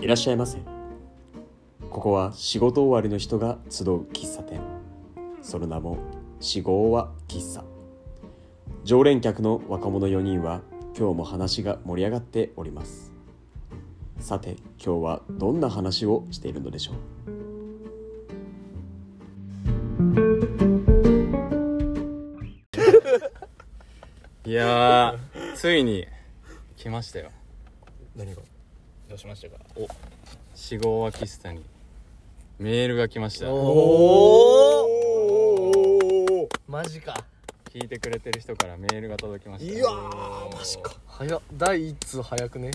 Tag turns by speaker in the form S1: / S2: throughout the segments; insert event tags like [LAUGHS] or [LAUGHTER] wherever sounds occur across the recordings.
S1: いらっしゃいませここは仕事終わりの人が集う喫茶店その名も四号は喫茶常連客の若者4人は今日も話が盛り上がっておりますさて今日はどんな話をしているのでしょう
S2: いやーついに来ましたよ
S1: 何が
S2: どうしましたかお四号は喫茶にメールが来ました
S3: おおマジか
S2: 聞いてくれてる人からメールが届きました
S1: マジか
S3: 早っ第一通早くね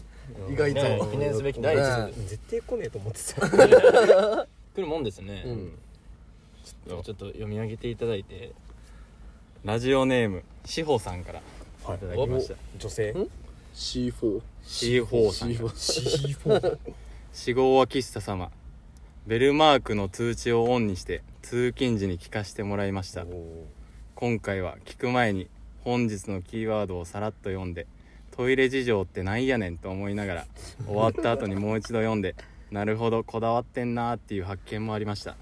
S3: 意外と
S4: ね記念すべき第一
S3: ね
S4: 通
S1: 絶対来ねえと思ってた
S4: 来るもんですね、
S3: うん
S4: ちょっと読み上げていただいて
S2: ラジオネーム志保さんから
S1: はい
S2: いただきました
S1: 女性
S3: C4
S2: 志保さんから
S1: C4
S2: 四号は喫茶様ベルマークの通知をオンにして通勤時に聞かせてもらいました今回は聞く前に本日のキーワードをさらっと読んでトイレ事情ってなんやねんと思いながら終わった後にもう一度読んでなるほどこだわってんなーっていう発見もありました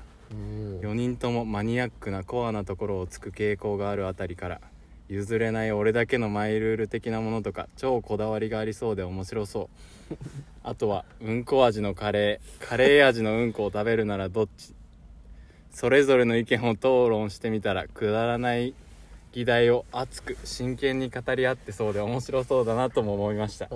S2: 4人ともマニアックなコアなところをつく傾向があるあたりから譲れない俺だけのマイルール的なものとか超こだわりがありそうで面白そうあとはうんこ味のカレーカレー味のうんこを食べるならどっちそれぞれの意見を討論してみたらくだらない議題を熱く真剣に語り合ってそうで面白そうだなとも思いました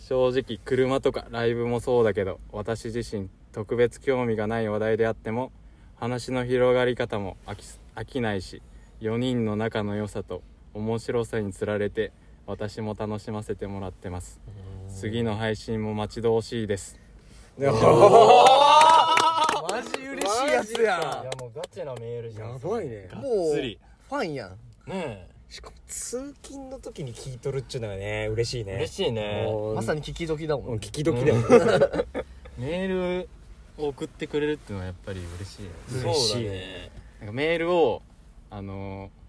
S2: 正直車とかライブもそうだけど私自身特別興味がない話題であっても話の広がり方も飽き飽きないし4人の仲の良さと面白さにつられて私も楽しませてもらってます次の配信も待ち遠しいです
S3: マジ嬉しいやつや
S4: もうガチなメールじゃん
S1: ばいね
S3: んもう
S2: がっつ
S3: フ
S2: り
S3: ァンやん
S4: ね
S1: しかも通勤の時に聞いとるっちゅうのがね嬉しい
S4: え
S1: ね
S4: 嬉しいね
S1: もう
S3: まさに聞き時だ
S1: う
S3: も
S1: ん
S3: ん
S1: 聞き時だよね
S2: メールを送ってくれるっていうのはやっぱり嬉しいよね
S1: 嬉しい
S4: そうだ
S1: ね
S4: ね
S2: なんかメールをあのー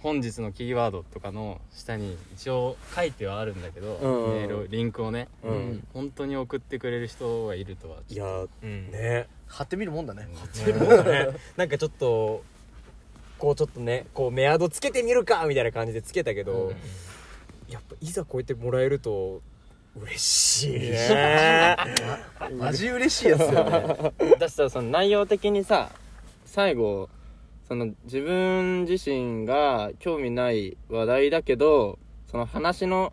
S2: 本日のキーワードとかの下に一応書いてはあるんだけど、
S1: うん
S2: メールをリンクをね、
S1: うん
S2: 本当に送ってくれる人がいるとはい
S1: やー
S4: うん
S1: ね
S3: 貼ってみるもんだね
S1: ね [LAUGHS] なんかちょっとこうちょっとねこうメアドつけてみるかみたいな感じでつけたけど、やっぱいざこうやってもらえると嬉しい
S4: [LAUGHS]
S1: ね
S3: マジ嬉しいやつやね
S4: だしさその内容的にさ最後その自分自身が興味ない話題だけどその話の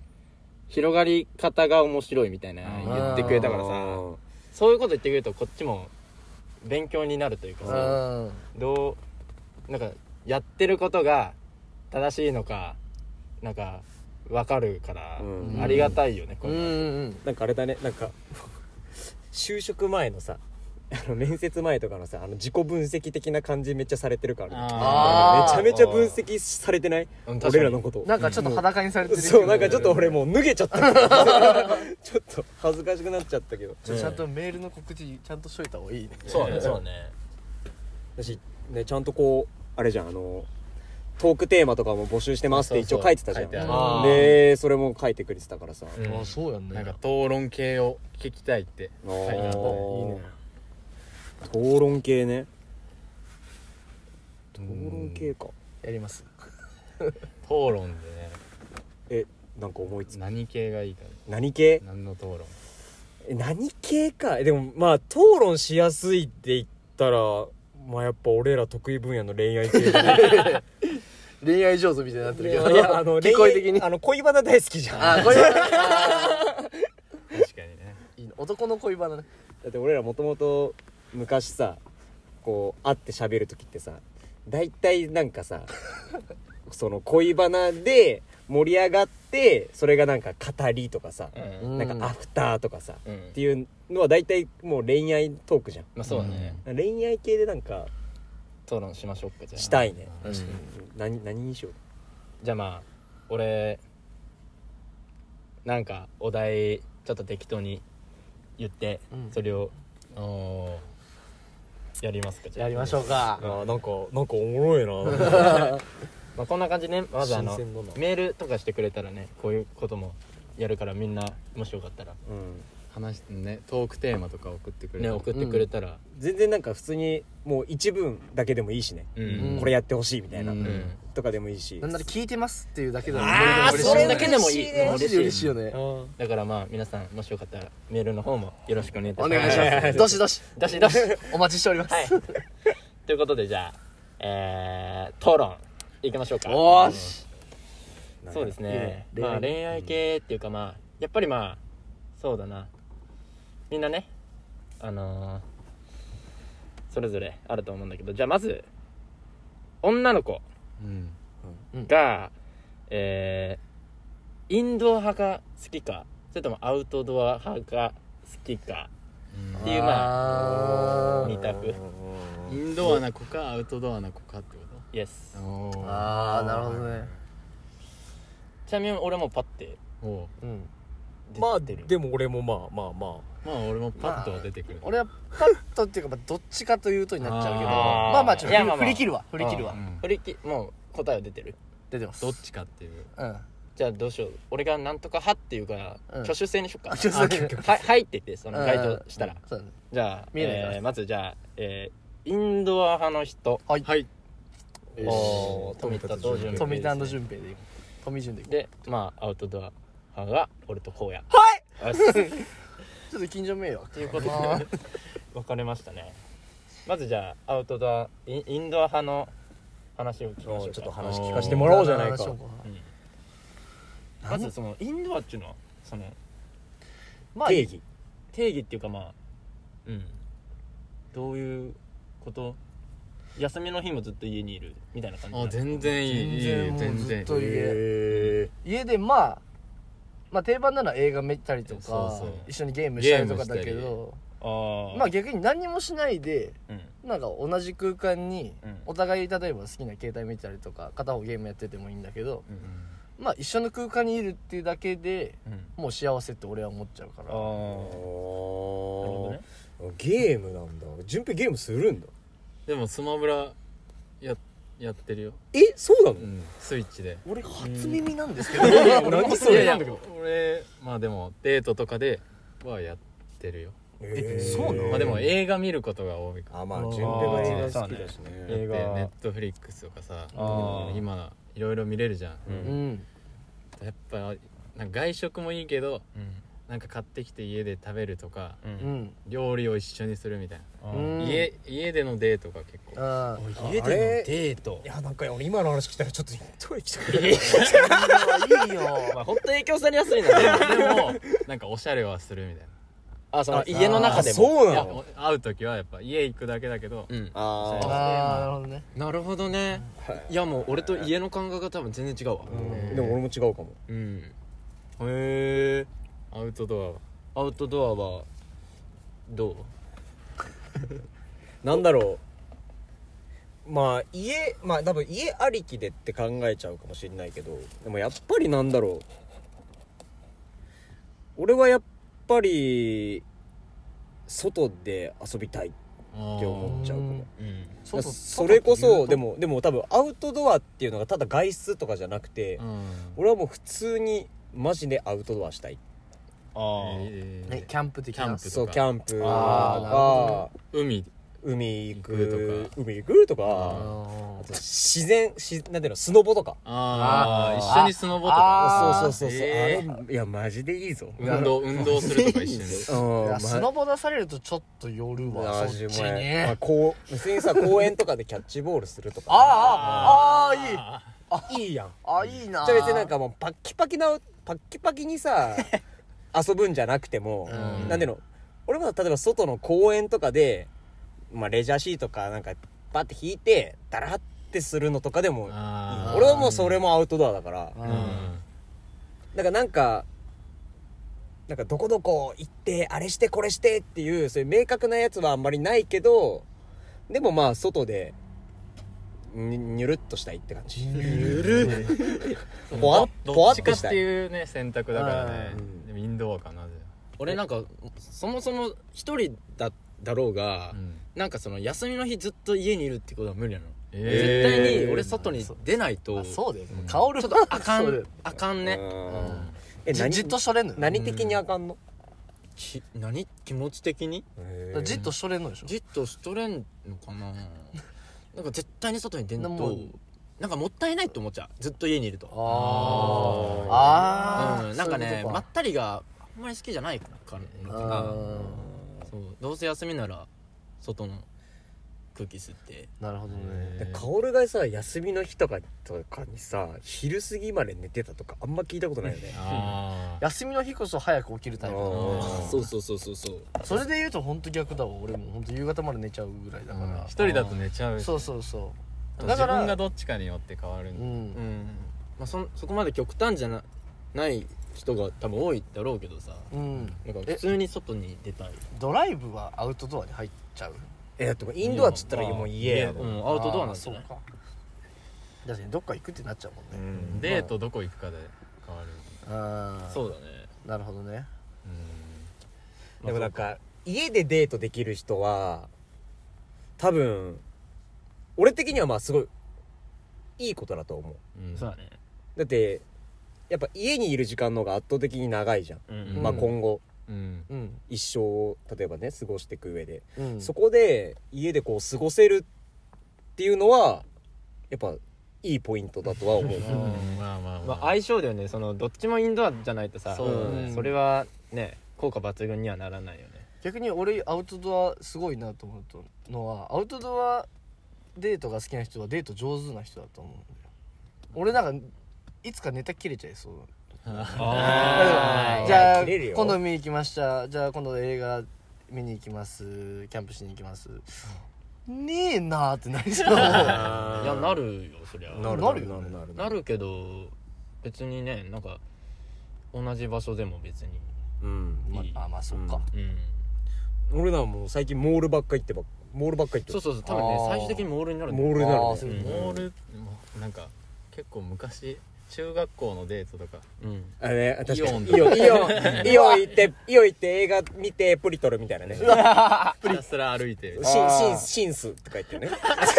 S4: 広がり方が面白いみたいな
S2: うん
S4: 言ってくれたからさそういうこと言ってくれるとこっちも勉強になるというかさ
S3: うん
S4: どうなんかやってることが正しいのかなんか分かるから、
S1: うん
S4: ありがたいよねこ
S3: うん
S4: れ、
S3: うん
S1: なんかあれだねなんか [LAUGHS] 就職前のさあの面接前とかのさあの自己分析的な感じめっちゃされてるからね
S3: あ
S1: め
S3: ー
S1: ちゃめちゃ分析されてない
S4: うん確か
S1: 俺
S4: に
S1: らのこと
S3: なんかちょっと裸にされてる
S1: そうなんかちょっと俺もう脱げち
S4: [LAUGHS]
S1: ゃったけ [LAUGHS] どちょっと恥ずかしくなっちゃったけど
S3: ちょっとちゃんとメールの告知ちゃんとしといた方がいいね
S4: そうだねそうだね
S1: 私ねちゃんとこうあれじゃんあのトークテーマとかも募集してますって一
S2: そう
S1: 応
S2: そう
S1: 書いてたじゃん
S2: 書いて
S3: あ
S4: る
S1: でそれも書いてくれてたからさ、
S4: うん
S3: あそうやんね
S2: なんか討論系を聞きたいって
S1: あー
S2: 書いてあったね
S1: いいね討論系ね討論系か
S3: や
S4: [LAUGHS]
S3: ります
S2: 討論でね
S1: えなんか思いつ
S2: 何系がいいか
S1: 何系
S2: 何の討論
S1: え何系かえでもまあ討論しやすいって言ったらまあやっぱ俺ら得意分野の恋愛系だね
S3: 恋愛上手み [LAUGHS] たいになってるけど
S1: いやあの
S3: 聞こえ的に
S1: 恋愛あの恋バナ大好きじゃん
S3: あこれは
S2: 確かにね
S3: いいね男の恋バナね
S1: だって俺らもともと昔さこう会って喋る時ってさ大体なんか [LAUGHS] さその恋バナで盛り上がってそれがなんか語りとかさ、
S4: うん
S1: なんかアフターとかさ、
S4: うん
S1: っていうのは大体もう恋愛トークじゃん
S4: まあそうだね、
S1: 恋愛系でなんか
S4: 討論しましょうかじゃあ
S1: したいね、
S4: うん
S1: 何何にしよう
S4: じゃあまあ俺なんかお題ちょっと適当に言って、
S3: うん
S4: それを
S2: お
S4: やりますかじゃあ
S3: やりましょうか
S1: あーなんかなんかおもろいな
S4: まあ、こんな感じねまずあの
S1: 新鮮だな
S4: メールとかしてくれたらねこういうこともやるからみんなもしよかったら
S1: うん
S4: 「
S5: 話してねトークテーマとか送ってくれ
S2: ね
S5: た
S2: 送ってくれたら、
S1: 全然なんか普通にもう一文だけでもいいしね、
S5: うん
S3: うん
S1: これやってほしいみたいな、
S5: うん
S1: とかでもいいし、
S3: なんなら聞いてますっていうだけでも
S1: あー
S3: 嬉しい
S1: それ
S2: だけでもいい
S3: ねマジで嬉しいよね
S1: うん
S2: だからまあ皆さんもしよかったらメールの方もよろしくお願いいた
S3: お
S2: します
S3: 願いしますどしどし
S2: どしどし
S3: [LAUGHS] お待ちしております、
S2: はいということでじゃあえー、討論いきましょうか
S3: おーし
S2: そうですね
S3: いいね
S2: まあ、
S3: 恋愛
S2: 恋愛系っていうかまあやっぱりまあそうだなみんなねあのーそれぞれあると思うんだけどじゃあまず女の子
S5: うん
S2: が、えーインドア派が好きかそれともアウトドア派が好きか
S5: うん
S2: っていうまあ
S3: あ
S2: 二択
S5: インドアな子かアウトドアな子かってこ
S2: イエス
S5: とお
S3: ー
S5: ー
S3: あーなるほどね
S2: ちなみに俺もパッて
S5: おう
S3: うん
S1: まあ
S2: 出てる、
S1: でも俺もまあまあま
S5: まあ俺もパッとは出てくる
S3: 俺はパッとっていうかまあどっちかというとになっちゃうけど
S2: あー
S3: まあまあちょっ
S2: いや
S3: と
S2: まあまあ
S3: 振り切るわ振り切る
S5: う
S3: わ
S5: ん
S2: 振り切もう答えは出てる
S3: 出てます
S5: どっちかっていう
S3: うん
S2: じゃあどうしよう俺がなんとか派っていうから、
S3: うん
S2: 挙手制にしようか
S3: あ挙手制
S2: あはいはいって言ってその
S3: うん
S2: 該当したら、
S3: そうだね
S2: じゃあ
S3: 見えないから
S2: えーまずじゃあ、えーインドア派の人
S3: はい
S5: はい
S2: おー富田と純
S3: 富田
S2: 平ですね
S3: 純平でいい富純でいい
S2: でまあアウトドア派が俺とこうや
S3: はい
S2: よしと
S3: ちょっと近所迷惑
S2: いうこと
S3: あ
S2: で分かれましたねまずじゃあアウトドアインインドア派の話を聞き
S1: あ
S2: ましょう
S1: ち
S2: か
S1: ょっと話聞かせてもらおうじゃないか
S3: 話をこう
S2: まずそのインドアっていうのはその
S3: まあ
S1: 定義
S2: 定義っていうかまあうんどういうこと休みの日もずっと家にいるみたいな感じな
S5: あ
S2: の
S5: 全然いいいい
S3: もう
S5: 全
S3: ずっ
S5: 然
S3: と家
S1: え
S3: 家でまあまあ定番なら映画見たりとか
S5: そうそう
S3: 一緒にゲームしたりとかだけ
S5: ゲーム
S3: ど
S2: ああ
S3: まあ逆に何もしないで
S2: うん
S3: なんか同じ空間に
S2: うん
S3: お互い例えば好きな携帯見たりとか片方ゲームやっててもいいんだけど
S2: うん
S3: まあ一緒の空間にいるっていうだけで
S2: うん
S3: もう幸せって俺は思っちゃうか
S2: ああなる
S3: ら
S2: ほどね
S1: ゲームなんだ順平ゲームするんだ
S5: でもスマブラややってるよ
S1: えそうなの、
S5: うんスイッチで
S3: 俺初耳なんですけど
S1: 俺も初
S5: い
S1: 耳
S5: やい
S1: な
S5: や
S1: んだけど
S5: 俺まあでもデートとかではやってるよ
S1: え
S3: そうなの
S5: まあでも映画見ることが多いから
S1: あまあ
S2: あー
S1: 順平が映画好きだしね
S5: だって
S2: 映画
S5: ネットフリックスとかさ
S2: あー
S5: 今いろいろ見れるじゃん
S1: う
S3: うんん
S5: やっぱなんか外食もいいけどなんか買ってきて家で食べるとか
S2: うん
S3: う
S2: うん
S3: ん
S5: 料理を一緒にするみたい
S2: あ
S3: う
S5: な、
S3: ん
S5: 家家でのデートが結構
S3: あー
S1: 家での
S2: ー
S1: デ
S2: ト
S1: いやなんか俺今の話聞いたらちょっとトイレ行きたくなる
S3: いいよ
S2: まあ本当影響されやすい [LAUGHS] な
S5: でもなんかおしゃれはするみたい
S2: あその家の中でも
S1: そ
S5: な
S1: うない
S5: や
S1: の
S5: 会う時はやっぱ家行くだけだけど、
S2: うん
S1: あ
S3: あ
S1: ー
S3: あなるほどね
S2: なるほどねいやもう俺と家の感覚が多分全然違うわ
S1: でも俺も違うかも
S2: うんへえ
S5: アウトドアは
S2: アウトドアはどう
S1: なんだろうまあ家まあ多分家ありきでって考えちゃうかもしれないけどでもやっぱりなんだろう俺はやっぱり外で遊びたいって思っちゃうか
S3: うん
S1: も
S2: うん
S1: だから
S3: 外
S1: それ
S3: 外
S1: こ
S3: っていう
S1: そ
S3: と
S1: でもでも多分アウトドアっていうのがただ外出とかじゃなくて
S5: うん
S1: 俺はもう普通にマジでアウトドアしたい
S2: あー
S5: えー
S3: ねキャンプ的な
S5: キャンプとか
S1: そうキャンプと
S3: あ
S1: か
S5: 海
S1: 海行
S5: 行く
S1: く海行くとか
S3: あ
S1: あと自然しなんていうのスノボとか
S5: ああ一
S3: あー
S5: 緒にスノボと
S1: そう
S5: か
S3: あ
S1: そうそうそう、
S5: えー
S1: あれいやマジでいいぞ
S5: 運動運動するとか一緒に
S3: ーい
S1: あ
S3: やスノボ出されるとちょっと寄るわそっちに
S1: あこう別にさ公園とかでキャッチボールするとか
S3: あーあーあーいい
S1: いいやん
S3: あいいな
S1: じゃあ別になんかもうパッキパキなパッキパキ
S3: [LAUGHS]
S1: にさ遊ぶんじゃなくても、
S3: うん
S1: なんでの俺も例えば外の公園とかで、まあ、レジャーシートかなんかパッて引いてダラってするのとかでもいい
S5: あー
S1: 俺はもうそれもアウトドアだから
S3: う
S5: うん
S3: ん
S1: だからなんかなんかどこどこ行ってあれしてこれしてっていうそういう明確なやつはあんまりないけどでもまあ外でににゅるっとしたいって感じ
S3: ゆ
S1: るぽわ
S5: ど
S1: っぽ
S5: ど
S1: わ
S5: っ
S1: っ
S5: ちか
S1: と
S5: っ
S1: した
S5: て
S1: い
S5: いうね選択だからね
S1: うん
S5: でもインドアかなじ
S2: 俺なんかそもそも一人だだろう
S5: ゃ
S2: が、
S5: あ
S2: なんかその休みの日ずっと家にいるってことは無理なの、
S5: えー
S2: 絶対に俺外に出ないと
S3: あそうだよ
S5: うん
S3: 香る
S2: ちょっとあか
S3: そうだよ
S2: んあかんね
S1: うん
S5: うん
S1: え
S3: じ
S1: 何
S3: じっとしとれんのよ
S1: 何的にあかんの
S2: き何気持ち的に
S1: へ
S3: だか
S1: ー
S3: らじっとしとれんのでしょ
S2: じっとしとれんのかな [LAUGHS] なんか絶対に外に出ん
S3: でも
S2: となんかもったいないって思っちゃうずっと家にいると
S3: ああー
S2: うん、なんかね
S3: そういうこと
S2: まったりがあんまり好きじゃないからのか
S3: あ
S2: なそうどうせ休みなら外の空気吸って
S3: ーなるほど
S1: で
S3: ね
S1: 薫がさ休みの日とかとかにさ昼過ぎまで寝てたとかあんま聞いたことないよね
S5: あ
S2: [LAUGHS]
S5: ー
S3: 休みの日こそ早く起きるタイプなんで
S1: あー
S2: そうそうそうそうそう
S3: それで言うと本当逆だわ俺も本当夕方まで寝ちゃうぐらいだから、
S5: 一人だと寝ちゃう
S3: そうそうそ
S5: だ
S3: だ
S5: か
S3: からら
S5: 自分がどっちかによって変わる
S3: う、
S5: ん
S3: う
S5: だ
S3: ん
S2: うんまあそんそこまで極端じゃなない人が多分多いだろうけどさ
S3: うん、
S2: なんか普通に外に出たい
S3: ドライブはアウトドアに入っちゃう
S1: えだってもうインドアっつったらもう家や
S2: う
S1: もん
S2: んアウトドアなんじ
S3: そ
S2: ゃ
S3: う
S2: ない
S3: か確かにどっか行くってなっちゃうもんね、
S5: デートどこ行くかで変わる、
S3: ああ
S2: そうだね
S3: なるほどね
S1: でもなんか家でデートできる人は多分俺的にはまあすごいいいことだと思う
S5: うん、うん
S2: そうだね
S1: だってやっぱ家にいる時間の方が圧倒的に長いじゃん、
S2: うん
S1: まあ
S3: うん
S1: 今後
S5: うん
S3: うん、
S1: 一生を例えばね過ごしていく上で、
S3: うん、
S1: そこで家でこう過ごせるっていうのはやっぱいいポイントだとは思う
S5: うんまあまあま
S2: ま
S5: あ
S2: あ、、相性だよねそのどっちもインドアじゃないとさ
S5: そうだ
S3: ね
S2: んそれはね効果抜群にはならないよね
S3: 逆に俺アウトドアすごいなと思うのはアウトドアデートが好きな人はデート上手な人だと思うんだよ俺なんかいつかネタ切れちゃいそう
S1: ー
S3: じゃあ
S1: 切れるよ
S3: 今度見に行きましたじゃあ今度映画見に行きますキャンプしに行きますねえなーってなりそう
S1: [LAUGHS] あー
S2: いやなるよそりゃ
S1: なる
S3: な
S1: な
S3: る
S1: る
S3: よ
S1: な
S3: ね
S1: るなる
S2: なるけど別にねなんか同じ場所でも別に
S1: うん
S3: まあまあそっか、
S2: うん
S1: 俺らもう最近モールばっか行ってばモールばっか行って
S2: そうそうそう多分ね
S3: あー
S2: 最終的にモールになるんだよ
S1: モールになる
S3: あー
S1: ね
S3: そう
S2: うん
S5: モールもなんか結構昔中学校のデートとか
S2: うん
S1: あれ確かに
S5: イ
S1: イ
S5: オ
S1: オンイオンイオン行ってイオン行って映画見てプリ撮るみたいなね
S5: ひたすら歩いてる
S1: シンシンシンスとか言ってね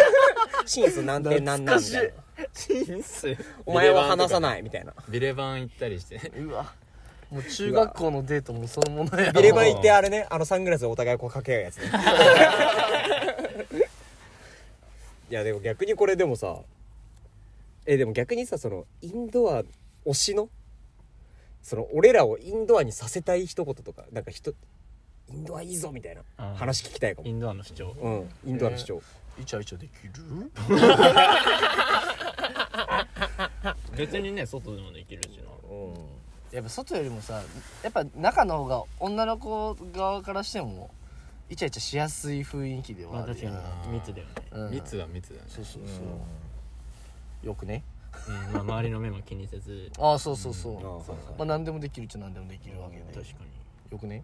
S1: [LAUGHS] シンス何点何なんみたいな
S2: 人生
S1: お前は話さないみたいな
S5: ビレバン行ったりして
S3: うわもう中学校のデートもそのものや
S1: ビレバン行ってあれねあのサングラスをお互いこうかけ合うやつねいやでも逆にこれでもさえでも逆にさそのインドア推しのその俺らをインドアにさせたい一言とかなんか人インドアいいぞみたいな話聞きたいか
S2: イ
S1: も
S2: ンドアの主張
S1: うんインドアの主張
S3: イチャイチャできる
S2: 別にね外でもできるしな
S3: やっぱ外よりもさやっぱ中の方が女の子側からしてもイチャイチャしやすい雰囲気では
S2: まあ
S3: ある
S2: 確
S3: よね
S2: かに密だよね
S3: うん
S5: 密は密だね
S3: そうそうそうよくね
S2: うんまあ周りの目も気にせず
S3: ああそうそうそう
S1: ああそう
S3: まあ何でもできるっちゃ何でもできるわけで
S2: 確かに
S3: よくね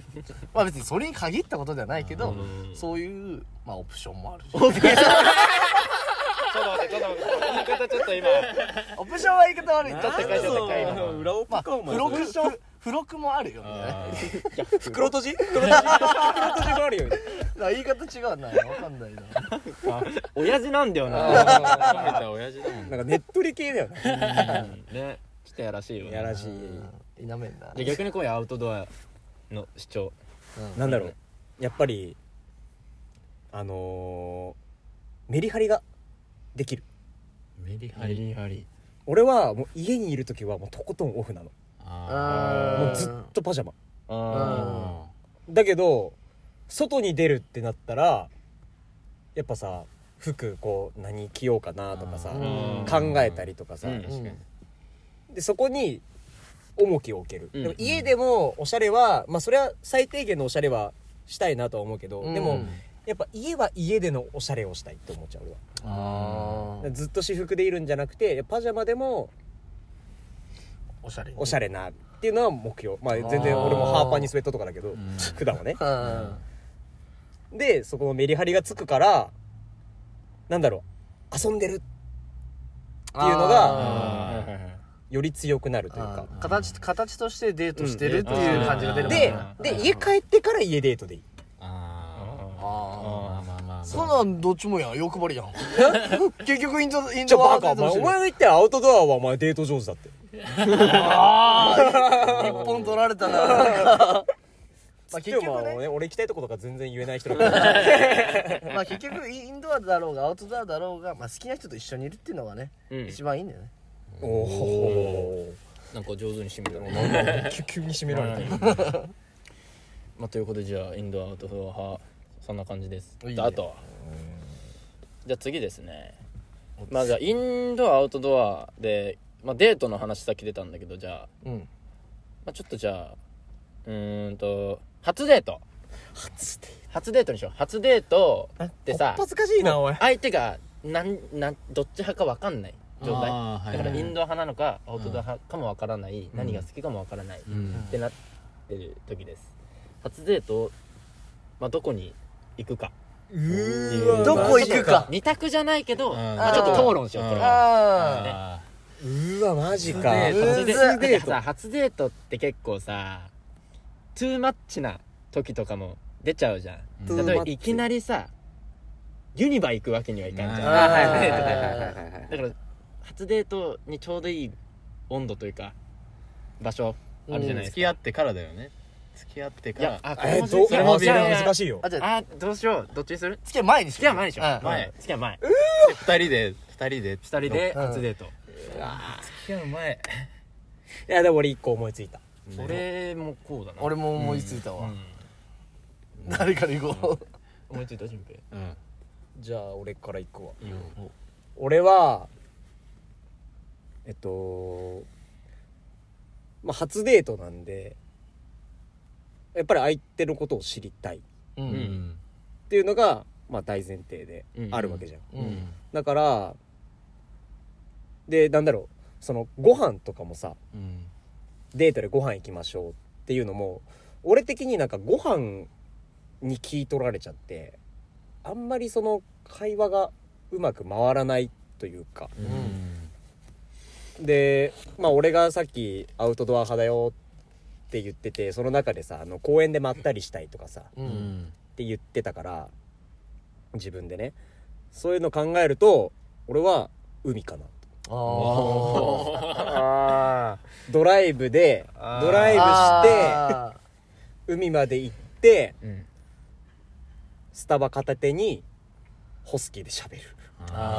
S3: [LAUGHS] まあ別にそれに限ったことではないけど
S2: うん
S3: そういうまあオプションもあるし
S2: [LAUGHS] ちょっと待ってちょっと待って言い方ちょっと今
S3: オプションは言い方悪いちょっと
S2: なんだそれ
S3: 今
S1: 裏オ
S3: まあ付録ション付録もあるよみたいな
S5: あー
S1: 袋閉じ袋閉じ袋閉じもあるよ
S3: だから言い方違う [LAUGHS] なわかんないな
S2: 親父なんだよな
S5: 冷めた親父だもん
S1: なんかねっとり系だよね
S2: ねちょっとやらしいよね
S1: やらしい
S3: 否めんな
S2: で逆に今夜アウトドアの主張
S3: うん
S1: なんだろうやっぱりあのーメリハリができる
S5: メリハリ
S2: ハリ
S1: 俺はもう家にいる時はもうとことんオフなの
S5: あ
S1: も
S3: あー
S1: うずっとパジャマ
S2: あ
S1: だけど外に出るってなったらやっぱさ服こう何着ようかなとかさ
S3: うん
S1: 考えたりとかさ、
S2: うん
S5: 確かに
S1: でそこに重きを置ける、
S2: うん
S1: でも家でもおしゃれはまあそれは最低限のおしゃれはしたいなとは思うけど、で
S3: う
S1: も
S3: ん
S1: やっぱ家は家でのおしゃれをしたいって思っちゃう俺は
S3: あー
S1: ずっと私服でいるんじゃなくてパジャマでも
S3: おしゃれに
S1: おしゃれなっていうのは目標まあ全然俺もハーパンにスウェットとかだけど普段はね
S3: うん
S1: でそこのメリハリがつくからなんだろう遊んでる
S3: って
S1: いうのが
S5: あー
S1: より強くなるというか
S3: 形形としてデートしてるって
S2: うん
S3: いう感じが出るもん
S1: で
S3: ね
S2: あー
S1: で家帰ってから家デートでいい
S5: あー
S3: あ
S5: まあまあまあ
S3: あ
S5: ま
S3: そ
S5: あ
S3: んなんどっちもやん欲張りや [LAUGHS] ん結局インドイン
S1: じゃ
S3: ド
S1: あバ
S3: は
S1: カお前お
S3: デートして
S1: 前
S3: る
S1: が言ったらアウトドアはお前デート上手だって
S3: ああ一本取られたな [LAUGHS] まあ
S1: 今
S3: 結
S1: 日は
S3: 局
S1: も
S3: ね
S1: うね俺行きたいとことか全然言えない人だから
S3: まあ結局インドアだろうがアウトドアだろうが、まあ、好きな人と一緒にいるっていうのがね、
S2: うん
S3: 一番いいんだよね
S1: おお
S2: なんか上手にしてみた [LAUGHS]
S1: ーなんか急に締められた
S2: まあ、ということでじゃあインドアアウトドア派そんな感じです
S3: いいね
S2: であとはじゃあ次ですねまあじゃあインドアアウトドアで、まあ、デートの話さっき出たんだけどじゃあ、
S3: うん
S2: まあ、ちょっとじゃあうーんと初デート初デートにしよう初デートでさ
S1: 恥ずかしいなおい
S2: 相手がなんなんどっち派か分かんない状態
S5: あーはい
S2: だからインドア派なのかアウトドア派かも分からない、何が好きかも分からない、
S5: うん
S2: ってなってる時です初デート、まあ、どこに行くか
S1: う
S3: どこ行くか
S2: 二択じゃないけど、
S5: ん
S2: まあ、ちょっと討論しようこれは
S5: あ
S3: あ
S1: うわマジか
S2: 初デート初デ
S3: 初
S2: ートさ初デートって結構さトゥーマッチな時とかも出ちゃうじゃ
S1: トゥー
S2: ん
S1: マ
S2: 例え
S1: ッ
S2: ば
S1: チ
S2: いきなりさユニバ行くわけにはいかんじゃん
S5: あ
S1: あ
S3: は
S1: はいい
S3: は
S1: はい
S3: は
S1: いはいい
S3: は
S1: はいい
S4: はい
S2: だから初デートにちょうどいい温度というか場所あるじゃ
S5: ー
S2: ない
S5: 付
S2: ですか、
S5: き合ってからだよね付き合ってか
S2: いや
S5: ら
S2: あこれ
S1: え
S2: も
S1: どう
S2: それも
S1: それは
S2: 難
S1: 難
S2: しい
S1: しいよ
S3: あじゃあ
S2: あどうしようどっちにする
S3: 付き合う前にし
S2: 付き合う前でしょ
S3: うん
S5: 前
S2: 付き合う前
S5: 二人で二人で二
S2: 二人で
S3: うん
S2: 初デート
S5: 付き合う前
S1: いやでも俺一個思いついた
S2: 俺もこうだな
S3: 俺も思いついたわ、
S2: うん
S3: 誰から行こう
S2: 思いついた順平
S5: うん
S1: じゃあ俺から行くわ
S5: いいよ
S1: 俺はえっとまあ初デートなんでやっぱり相手のことを知りたいっ
S3: うん
S5: うん
S1: ていうのが、まあ、大前提であるわけじゃん、
S3: う
S5: うんん
S1: だからでなんだろうそのご飯とかもさ
S5: うん
S1: デートでご飯行きましょうっていうのも俺的になんかご飯に聞い取られちゃってあんまりその会話がうまく回らないというか
S5: うん
S1: でまあ俺がさっきアウトドア派だよって言っててその中でさあの公園でまったりしたいとかさっ
S3: うん
S1: て言ってたから自分でねそういうの考えると俺は海かな
S3: あ
S5: お
S3: ー
S2: あ
S1: ドライブで
S2: あー
S1: ドライブして
S3: あー
S1: 海まで行って
S2: ーうん
S1: スタバ片手にホスキーで喋る
S5: あ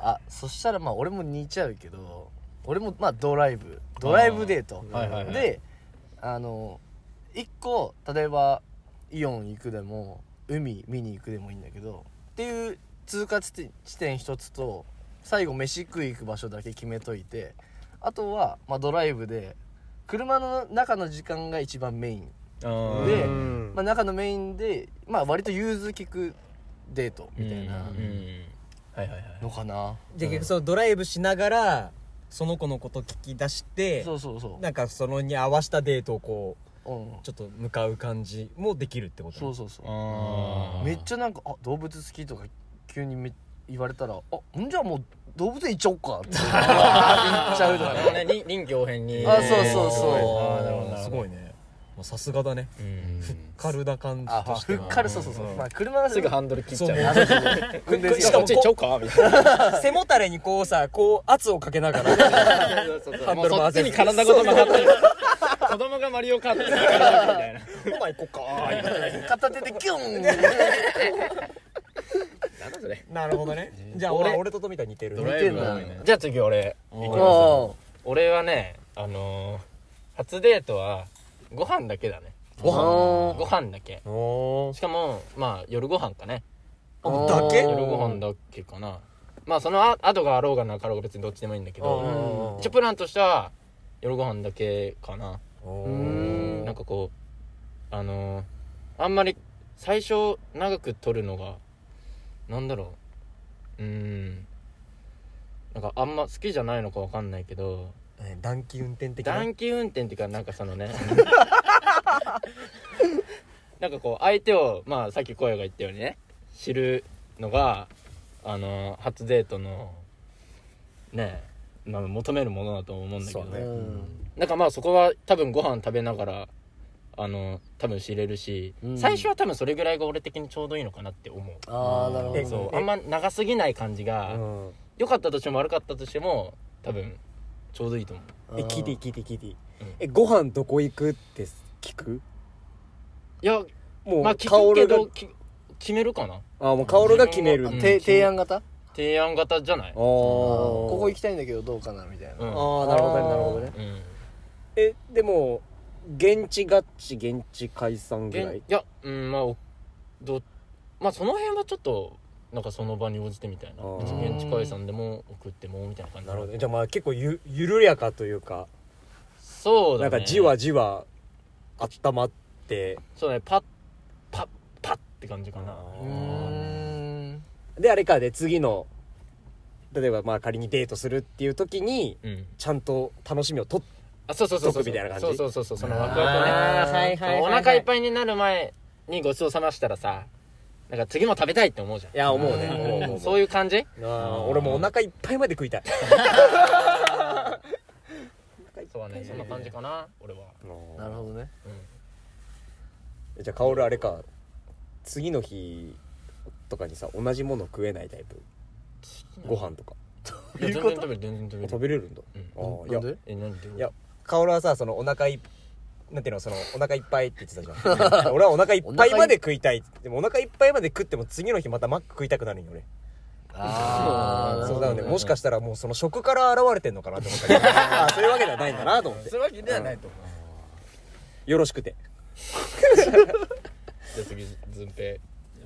S3: あそしたらまあ俺も似ちゃうけど俺もまあドライブドライブデート
S2: あーはいはいはい
S3: であの一個例えばイオン行くでも海見に行くでもいいんだけどっていう通過地点地点一つと最後飯食い行く場所だけ決めといてあとは、まあ、ドライブで車の中の時間が一番メイン、
S2: あー
S3: で
S1: うん
S3: まあ、中のメインで、まあ、割と融通きくデートみたいな
S2: うんうんはいはいはい
S3: のかな、
S1: で結局そのドライブしながらその子のこと聞き出して
S3: そうそうそ
S1: なんかそのに合わせたデートをこう
S3: う、うん、
S1: ちょっと向かう感じもできるってことね
S3: そうそうそう
S2: あー
S3: めっちゃなんか「あ動物好き」とか急にめ言われたら「あんじゃあもう動物園行っちゃおうか」って言っちゃうと
S2: な
S3: か
S2: るほど
S3: ね
S2: ね臨臨機応変に
S3: あそうそうそう
S2: あーなるほどなるほど
S1: すごいねもうさすがだね
S2: うん
S1: カルな感じ
S3: あ
S1: として
S3: ふっかるそうそうそう、まあ車が
S2: すぐハンドル切っちゃう
S1: そう
S2: あ
S3: 運転
S1: し
S3: し
S1: か
S3: か
S1: も
S3: も
S1: こう
S2: ちょっかみたいな
S1: [LAUGHS] 背もたれにこうさこう圧をかけながら
S2: もうそっちに体ごと曲がってる子供がマリオカートに曲がるみたいな
S1: お前行こうか
S3: 片手でキュン
S2: なんだそれ
S1: なるほどねじゃあ俺俺ととみたいに似てる
S5: ドライブが多いね
S2: じゃあ次俺
S5: おー
S3: おう
S2: 俺はねあのー初デートはご飯だけだね
S1: ご飯
S2: ご飯だけ
S1: お
S2: しかもまあ夜ご飯かね
S1: ーだけ
S3: お
S2: 夜ご飯だけかなまあそのあ後があろうがなかろうが別にどっちでもいいんだけど
S1: お
S2: 一応プランとしては夜ご飯だけかな
S3: うーん
S2: なんかこうあのーあんまり最初長く撮るのがなんだろううーんなんかあんま好きじゃないのかわかんないけど
S1: え暖気運転的な
S2: 短期運転っていうかなんかそのねなんかこう相手をまあさっき声が言ったようにね知るのがあの初デートのねまあ求めるものだと思うんだけど
S1: そう
S3: う
S1: ね
S3: ん
S2: なんかまあそこは多分ご飯食べながらあの多分知れるし、
S3: うん
S2: 最初は多分それぐらいが俺的にちょうどいいのかなって思う
S3: ああなるほ
S1: え
S3: ど
S2: そうあんま長すぎない感じが
S1: うん
S2: 良、かったとしても悪かったとしても多分ちょうどいいと思う
S1: え聞いていい聞いていい聞いていい
S2: うん
S1: えご飯どこ行くって聞く
S2: いや
S1: もう、
S2: まあ聞くけどき決めるかな
S1: あもう薫が決める
S3: あ
S1: あ
S5: ん
S3: て提案型
S2: 提案型じゃない
S1: あこ
S3: ここ行きたいんだけどどうかなみたいな
S2: うん
S1: ああなるほどねなるほどね
S2: うん
S1: えでも現地合致現地解散ぐら
S2: 現
S1: い
S2: いやうんまあおどまあその辺はちょっとなんかその場に応じてみたいな
S1: あー
S2: 別に現地解散でも送ってもみたいな感じ
S1: なるほどねじゃあまあ結構ゆ緩やかというか
S2: そうだ
S1: な
S2: ね
S1: んかじわじわ温まって
S2: そうだねパッパッパッって感じかな
S3: うーん
S1: であれかで次の例えばまあ仮にデートするっていう時に
S2: うん
S1: ちゃんと楽しみをとっ
S2: あそうそうそうそう
S1: 毒みたいな感じ
S2: そうそうそうそうそのワクワクね
S1: あーはいはいはいはい
S2: お腹いっぱいになる前にごちそうさましたらさなんか次も食べたいって思うじゃん
S1: いや思うね
S2: ん
S1: 思う思う
S2: そういう感じ
S1: あー俺もうお腹いっぱいまで食いたい
S2: そうだねそんな感じかな俺は
S3: なるほどね
S1: じゃあ薫あれか次の日とかにさ同じもの食えないタイプご飯とか
S2: いや全然食べる全然食べ
S1: 食
S2: る
S1: べれるんだ、
S2: う
S1: ああい
S3: な
S1: や
S3: んで
S2: え何どういうこと
S1: いや薫はさそのお腹いなんていうのそのお腹いっぱいって言ってたじゃん [LAUGHS] 俺はお腹いっぱいまで食いたいでもお腹いっぱいまで食っても次の日またマック食いたくなるんよ俺
S3: あー
S1: そうなので
S2: うん
S1: もしかしたらもうその食から現れてんのかなって思ったけ [LAUGHS] どあーそういうわけではないんだなと思って
S3: そういうわけではないと思
S1: よろしくて
S2: じゃあ次ずんぺ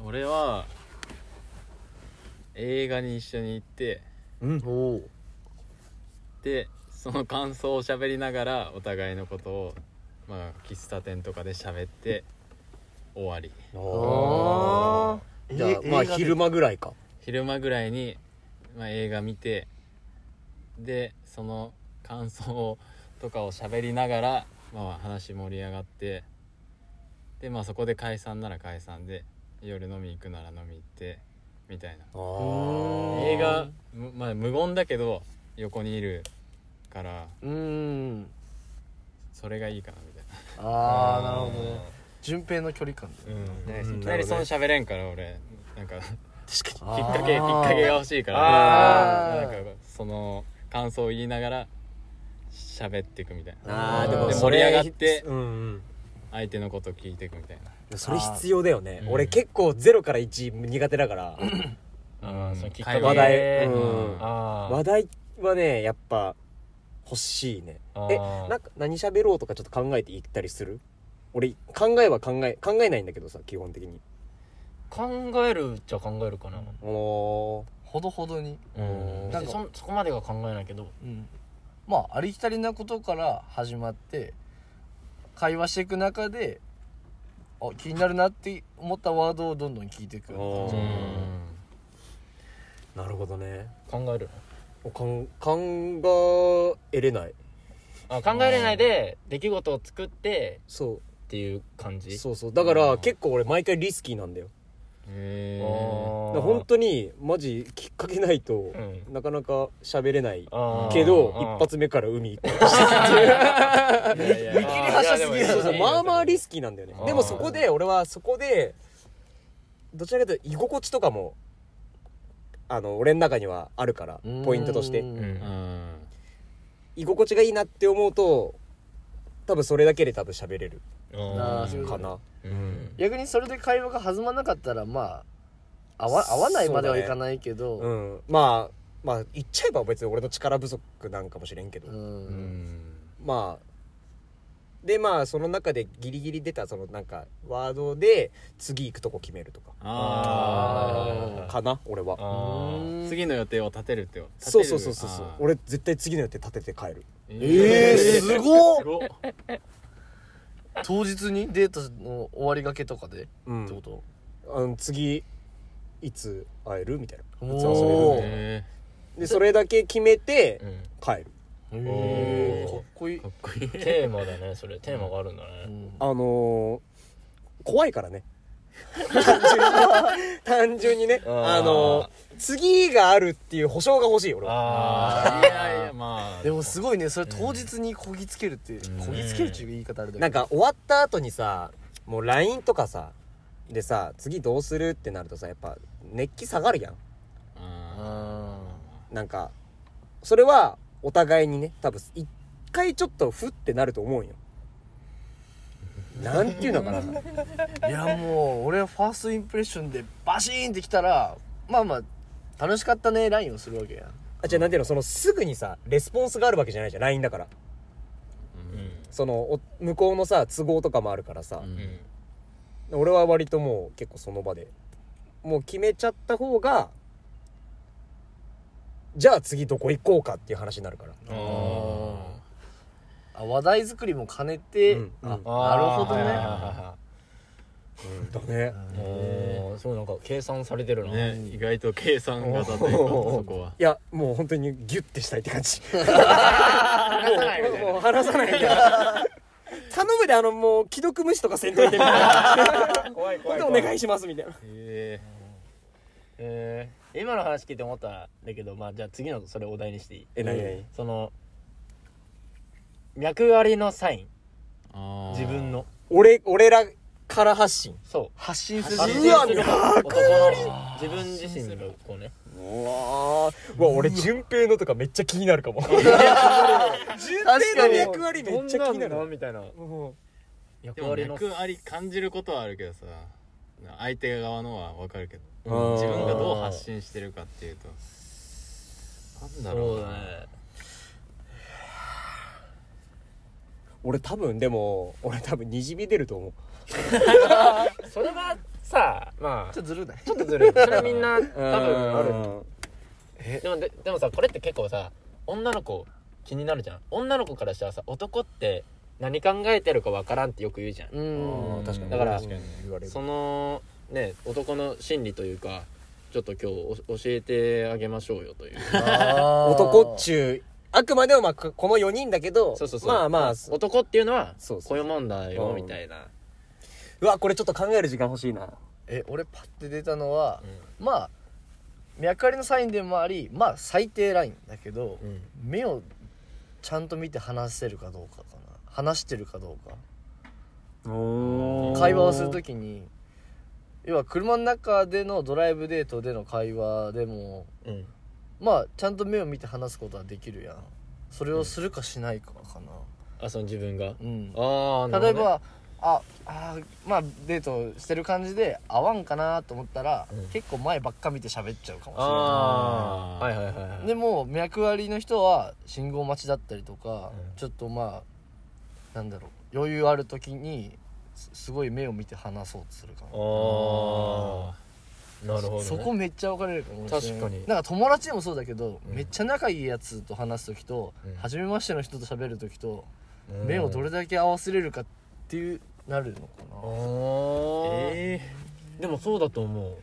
S5: 俺は映画に一緒に行って
S3: うおー
S5: でその感想を喋りながらお互いのことをまあ喫茶店とかで喋って終わり
S3: あー
S1: じゃあまあ
S3: 映画で
S1: 昼間ぐらいか
S5: 昼間ぐらいに、まあ、映画見てでその感想とかを喋りながら、まあ、話盛り上がってでまあそこで解散なら解散で夜飲み行くなら飲み行ってみたいな映画、むまあ、無言だけど横にいるから
S3: うーん
S5: それがいいかなみたいな
S3: ああなるほどね順平の距離感で
S5: ねいきなりその喋れんから俺なんか
S3: きっ
S5: きっかけきっかけが欲しいから
S3: あー
S5: なんかその感想を言いながら喋っていくみたいな
S1: あー
S5: で
S1: でもそ
S5: 盛り
S1: れ
S5: 上がって
S1: うんうん
S5: 相手のことを聞いていくみたい
S1: それ必要だよね
S5: あー
S1: 俺結構0から1苦手だから
S5: な
S2: あー
S5: うん
S2: そのきっか
S5: 会
S2: け
S5: 話
S1: 話題
S5: う
S1: うんん
S2: あー
S1: 話題はねやっぱ欲しいね
S2: あ
S1: え
S2: ー
S1: なんか何喋ろうとかちょっと考えていったりする俺考えは考え考えないんだけどさ基本的に
S2: 考えるっちゃ考えるかな
S1: あの
S3: ほどほどに
S2: うん
S3: なんか
S2: そそこまでは考えないけど
S3: うんまあありきたりなことから始まって会話していく中であ気になるなって思ったワードをどんどん聞いていくよ
S1: う
S2: うんん
S1: ーなるほどね
S2: 考える
S1: おかん考えれない
S2: あ考えれないで出来事を作って
S1: そ
S2: っていう感
S1: う
S2: じ
S1: そうそうだから
S2: あー
S1: 結構俺毎回リスキーなんだよ
S5: へ
S2: あ
S5: ー
S1: だ
S2: ー
S1: から本当にマジきっかけないと
S2: うん
S1: なかなか喋れない
S2: あー
S1: けど
S2: あー
S1: 一発目から海行く
S5: いやいや
S3: 見切り発車すぎる
S5: いやでも
S1: そうそう
S5: いいよ
S1: まあまあリスキーなんだよね
S2: あー
S1: でもそこで俺はそこでどちらかというと居心地とかもあの俺の中にはあるから
S3: うん
S1: ポイントとして
S5: うん
S1: 居心地がいいなって思うと多分それだけで多分喋れる
S3: あーそういうこ
S1: か
S3: と
S1: な
S5: うん
S3: 逆にそれで会話が弾まなかったらまあ合わ合わないまではいかないけど、
S1: うんまあまあ言っちゃえば別に俺の力不足なんかもしれんけ
S3: う
S1: ど
S3: ん
S5: うん
S1: まあでまあその中でギリギリ出たそのなんかワードで次行くとこ決めるとか
S5: あ
S1: かな俺は
S5: あ
S3: うん
S5: 次の予定を立てるってよ立て
S1: そう
S5: る
S1: そうそうそうそう
S5: あー
S1: 俺絶対次の予定立てて帰る
S3: えー、すごっ
S5: すごっ
S3: 当日にデートの終わりがけとかで
S1: う
S3: ってこ
S1: ん
S3: と、
S1: あの次いつ会えるみたいな
S3: おー
S1: いつ遊べるみたいな
S5: へ
S1: でそれだけ決めて
S5: ーうん
S1: 帰る
S3: へえ
S2: おー
S3: かっこいい
S5: か、っこいい
S2: テーマだねそれテーマがあるんだね、
S3: うん
S1: あのー怖いからね単純に単純にね
S2: あー
S1: あのー次があるっていう保証が欲しい俺は
S2: あ
S5: いやいやまあ
S3: でもすごいねそれ当日にこぎつけるって、こぎつけるっていう言い方あれだけど
S1: なんか終わった後にさもう LINE とかさでさ次どうするってなるとさやっぱ熱気下がるやん
S5: あ
S2: あ
S1: なんかそれはお互いにね多分一回ちょっとふってなると思うんよなんていうのかな
S3: いやもう俺はファーストインプレッションでバシーンってきたらまあまあ楽しかったねラインをするわけやん
S1: あじゃあなんていうのそのすぐにさレスポンスがあるわけじゃないじゃん LINE だからそのお向こうのさ都合とかもあるからさ
S5: う、ん
S2: うん
S1: 俺は割ともう結構その場でもう決めちゃった方がじゃあ次どこ行こうかっていう話になるから
S5: あ
S3: あ話題作りも兼ねて、
S1: うん
S3: あ
S1: うん
S3: なるほどね、
S1: だね
S2: おーそうなんか計算されてるな、
S5: ね意外と計算型
S2: [LAUGHS]
S5: というかそこはい
S1: やもう本当にギュッてしたいって感じ
S2: 話さないみたいな
S1: もう話さないみたいな [LAUGHS] 頼むであのもう既読無視とかせんといてみたいな [LAUGHS] 怖い怖いお願いしますみたいな
S5: え
S2: えー今の話聞いて思ったんだけどまあじゃあ次のそれお題にしていい
S1: え何何
S2: その脈ありのサイ
S5: ーあ
S2: ン
S5: ー
S2: 自分の
S1: 俺俺らから発信
S2: そう
S3: 発信する
S2: 発信
S1: いや
S2: する
S1: 脈
S2: あり自分自身のこうね
S1: うわーうわ俺順平のとかめっちゃ気になるかも順平の役割めっちゃ気にな
S2: どんん
S1: る
S2: みたいな
S1: うん
S5: で
S2: 役
S5: も
S2: 割の
S5: 脈あり感じることはあるけどさ相手側のは分かるけど
S1: うん
S5: 自分がどう発信してるかっていうとなんだろ
S2: そううだ
S5: な
S2: ね
S1: 俺多分でも俺多分にじみ出ると思う
S2: それはさまあ
S3: ちょっとずるない
S2: ちょっとずるいそれはみんな多
S1: 多
S2: 分ある
S1: る
S2: でもででもさこれって結構さ女の子気になるじゃん女の子からしたらさ男って何考えてるかわからんってよく言うじゃん、
S3: うん
S1: 確かに
S2: だから
S1: 確に言われる
S2: そのね男の心理というかちょっと今日お教えてあげましょうよという
S1: 男っ
S3: ゅ
S1: ちゅうあくまでもまあここの4人だけど
S2: そうそうそう
S1: まあまあそ
S2: 男っていうのは
S1: そうそうそう
S2: こういうもんだよ
S1: うん
S2: みたいな
S1: うわこれちょっと考える時間欲しいな
S3: え俺パッて出たのは、まあ脈ありのサインでもありまあ最低ラインだけど、
S2: うん
S3: 目をちゃんと見て話せるかどうかかな話してるかどうか会話をするときに要は車の中でのドライブデートでの会話でも
S2: うん
S3: まあちゃんと目を見て話すことはできるやんそれをするかしないかかな
S2: あその自分が
S3: うん
S2: ああ
S3: 例えばああーまあデートしてる感じで合わんかなと思ったら、
S2: うん
S3: 結構前ばっか見て喋っちゃうかもしれない
S2: ああはいはいはいはい
S3: でも脈ありの人は信号待ちだったりとか、
S2: うん
S3: ちょっとまあなんだろう余裕ある時にすすごい目を見て話そうとするかも
S2: ああなるほど、ね、
S3: そこめっちゃ分かれるかもしれない
S2: 確かに
S3: なんか友達でもそうだけど、
S2: うん
S3: めっちゃ仲いいやつと話す時と、
S2: うん
S3: 初めましての人と喋る時と、
S2: うん
S3: 目をどれだけ合わせれるかっていうなるのか
S2: あ
S3: な、
S2: ー
S5: え
S2: でもそうだと思う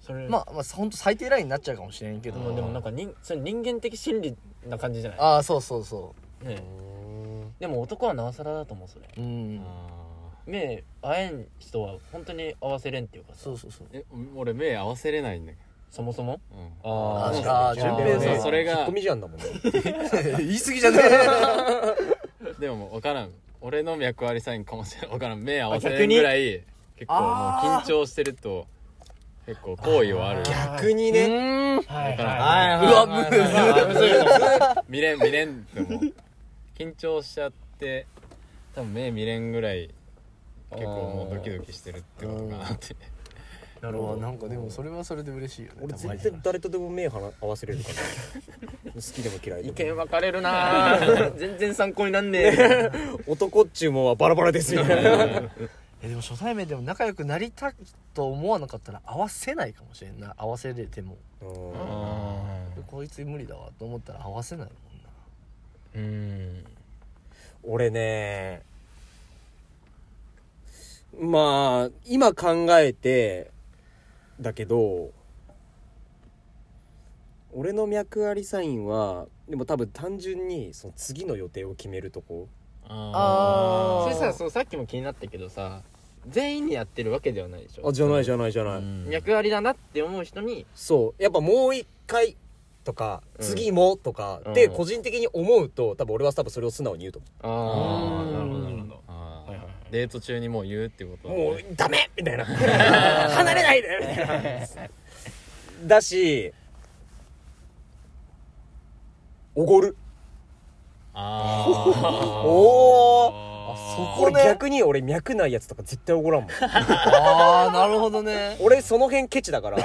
S2: それ
S3: まあまあほんと最低ラインになっちゃうかもしれんけど、
S2: もうでもなんか人それ人間的心理な感じじゃな
S3: ああそうそうそ
S2: い、ね、でも男はなおさらだと思うそれ
S3: ううん
S5: ー
S2: 目合えん人は本当に合わせれんっていうかさ
S3: そうそうそう
S5: え俺目合わせれないんだけ
S2: そもそも
S5: ど、うん
S2: あ
S3: ー
S2: あ
S3: あー順平さん
S5: それが
S1: 引っ込みじゃんだもんね
S3: [LAUGHS] 言い過ぎじゃねえ
S5: でももう分からん俺の脈ありサインかもしれん分からん目合わせ
S2: あ逆
S5: る
S2: に
S5: ぐらい結構もう緊張してると結構好意はある
S1: [LAUGHS] 逆にね
S2: はい
S5: から
S2: はいう
S3: わ
S2: はい
S3: むず
S2: はいむずいむずい
S5: 見れん見れんってもう緊張しちゃって多分目見れんぐらい結構もうドキドキしてるってことかなって
S3: なるほどなんかでもそれはそれで嬉しいよね
S1: 俺
S3: たま
S1: 全
S3: に
S1: 然誰とでも目はな合わせれるから好きでも嫌いで
S2: 意
S1: も
S2: 見分かれるな
S5: [LAUGHS]
S2: ぁ全然参考になんねえ
S1: 男っちゅうもんはバラバラですみたいな
S3: えでも初対面でも仲良くなりたいと思わなかったら合わせないかもしれんな合わせれても
S1: うん
S3: こいつ無理だわと思ったら合わせないもんな
S2: うん
S1: 俺ねまあ今考えてだけど俺の脈ありサインはでも多分単純にその次の予定を決めるとこ
S5: あ
S2: それさそうさっきも気になったけどさ全員にやってるわけではないでしょ
S1: あじゃないじゃないじゃない、
S5: うん
S2: 脈ありだなって思う人に
S1: そうやっぱもう一回とか
S2: うん
S1: 次もとか
S2: うん
S1: で個人的に思うと多分俺は多分それを素直に言うと
S2: あ
S5: う
S2: あ
S5: ん
S2: なるほどなるほど
S5: あー
S2: はいはいはい
S5: デート中にもう言うってこと
S1: 思う、も
S5: はね
S1: うダメみたいな離れないでみたいなだしおごる
S5: あー
S1: おお
S5: あ
S3: そこ
S1: 俺
S3: ね
S1: 逆に俺脈ないやつとか絶対おごらんもん
S3: ああなるほどね
S1: 俺その辺ケチだから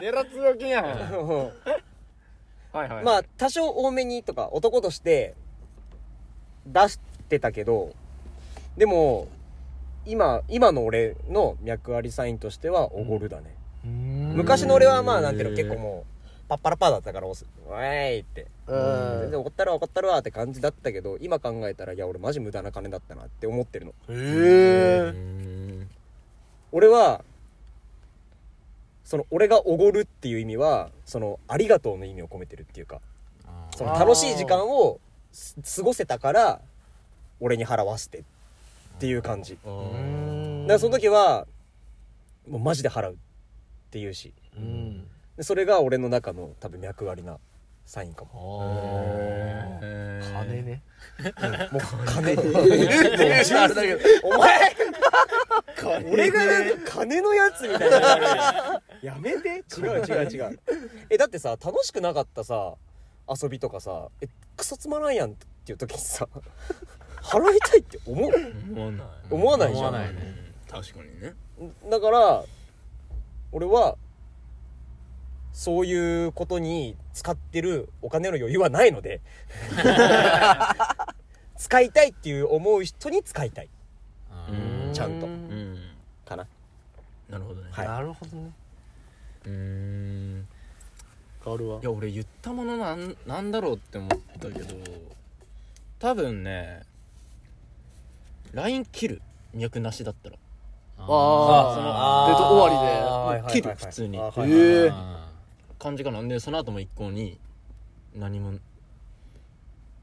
S6: デラ強気やん。は
S1: うん
S6: いはい。
S1: まあ多少多めにとか男として出してたけどでも今今の俺の脈ありサインとしてはおごるだね、昔の俺はまあなんていうの結構もうパッパラパーだったからおす「おーい!」って
S3: うん
S1: 全然怒ったら怒ったるわって感じだったけど今考えたらいや俺マジ無駄な金だったなって思ってるの
S3: え
S1: 俺はその俺がおごるっていう意味はそのありがとうの意味を込めてるっていうかその楽しい時間をす過ごせたから俺に払わせてっていう感じだか
S3: え
S1: らその時はもうマジで払うっていうし
S3: うん
S1: でそれが俺の中の多分脈ありなサインか
S3: [LAUGHS]
S1: も
S3: ああ金ね
S1: もう金
S3: [LAUGHS] あれだけど
S1: お前俺がなんか金のやつみたいなやめて違う違う違うえだってさ楽しくなかったさ遊びとかさえクソつまらんやんっていう時にさ払いたいって思う
S2: 思わない
S1: 思わないじゃん
S2: 思ね確かにね
S1: だから俺はそういうことに使ってるお金の余裕はないの [LAUGHS] で使いたいっていう思う人に使いたい
S2: うん
S1: ちゃんと
S2: うん
S1: かな
S2: なるほどね
S1: はい
S3: なるほどね
S2: うーん
S3: 変わるわ
S2: いや俺言ったものなんなんだろうって思ったけど多分ね LINE 切る脈なしだったら
S3: あー
S2: その
S3: デート終わりで
S1: あーはいはいはいはい
S2: 切る普通に
S1: あーはいはい
S3: ええ
S2: 感じかなんでその後も一向に何も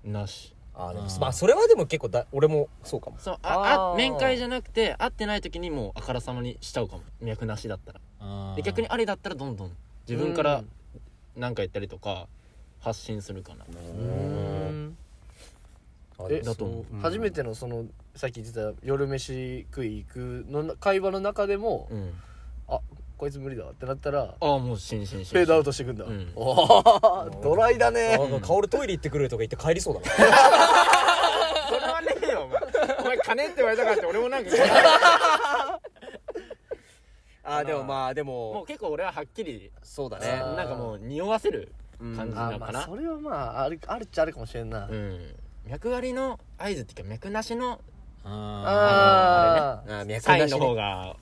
S2: なし
S1: あーでもまあそれはでも結構だ俺もそうかも
S2: そうあ
S3: あ
S2: あ
S3: ー
S2: 面会じゃなくて会ってない時にもうあからさまにしちゃうかも脈なしだったらで逆にあれだったらどんどん自分から何か言ったりとか発信するかな
S1: あ
S3: え
S2: だと思う
S3: そう初めてのそのさっき言ってた夜飯食い行くの会話の中でも
S2: うん
S3: こいつ無理だわってなったら
S2: ああもうしんしんしん
S3: フェードアウトしてくんだ
S2: うん
S3: おードライだ
S1: あ
S3: ね
S1: なんか薫トイレ行ってくるとか言って帰りそうだな
S6: それはねえよ、お前。お前、金って言われたからって、俺もなんか、
S1: あーでもまあで
S2: も
S1: も
S2: う結構俺ははっきり
S1: そうだね
S3: あー
S2: なんかもう匂わせる感じな
S3: あ
S2: の
S3: ま
S2: か
S3: あ
S2: な
S3: それはまああるあるっちゃあるかもしれんな
S2: うん脈ありの合図っていうか脈なしの
S3: ああ
S1: あー脈
S2: サイ
S1: な
S2: ン
S1: し
S2: の
S1: ね
S2: 方が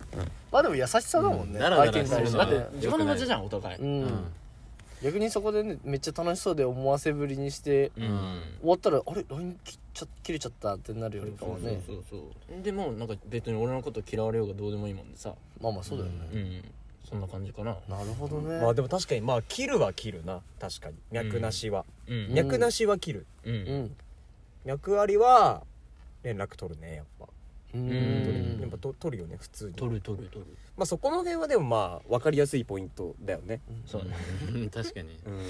S3: まあでも優しさだもんね
S2: だらだら
S3: 相手に対して
S2: だって
S3: ね
S2: 自分の文字じゃんお互い
S3: うん逆にそこでねめっちゃ楽しそうで思わせぶりにして
S2: うん
S3: 終わったらあれ LINE 切っちゃ切れちゃったってなるよりか
S2: そ
S3: は
S2: うそう
S3: ね
S2: そうそうでもなんか別に俺のこと嫌われようがどうでもいいもんでさ
S3: まあまあそうだよね
S2: うんそんな感じかな
S3: なるほどね
S1: まあでも確かにまあ切るは切るな確かに脈なしは、
S2: うん
S3: ね
S1: 脈なしは切る
S2: う
S3: うんん
S1: 脈ありは連絡取るねやっぱ、
S3: う
S2: うん
S1: やっぱと取るよね普通に
S2: 取る取る取る
S1: まあそこの辺はでもまあ分かりやすいポイントだよね
S2: そうね
S7: 確かに
S1: うん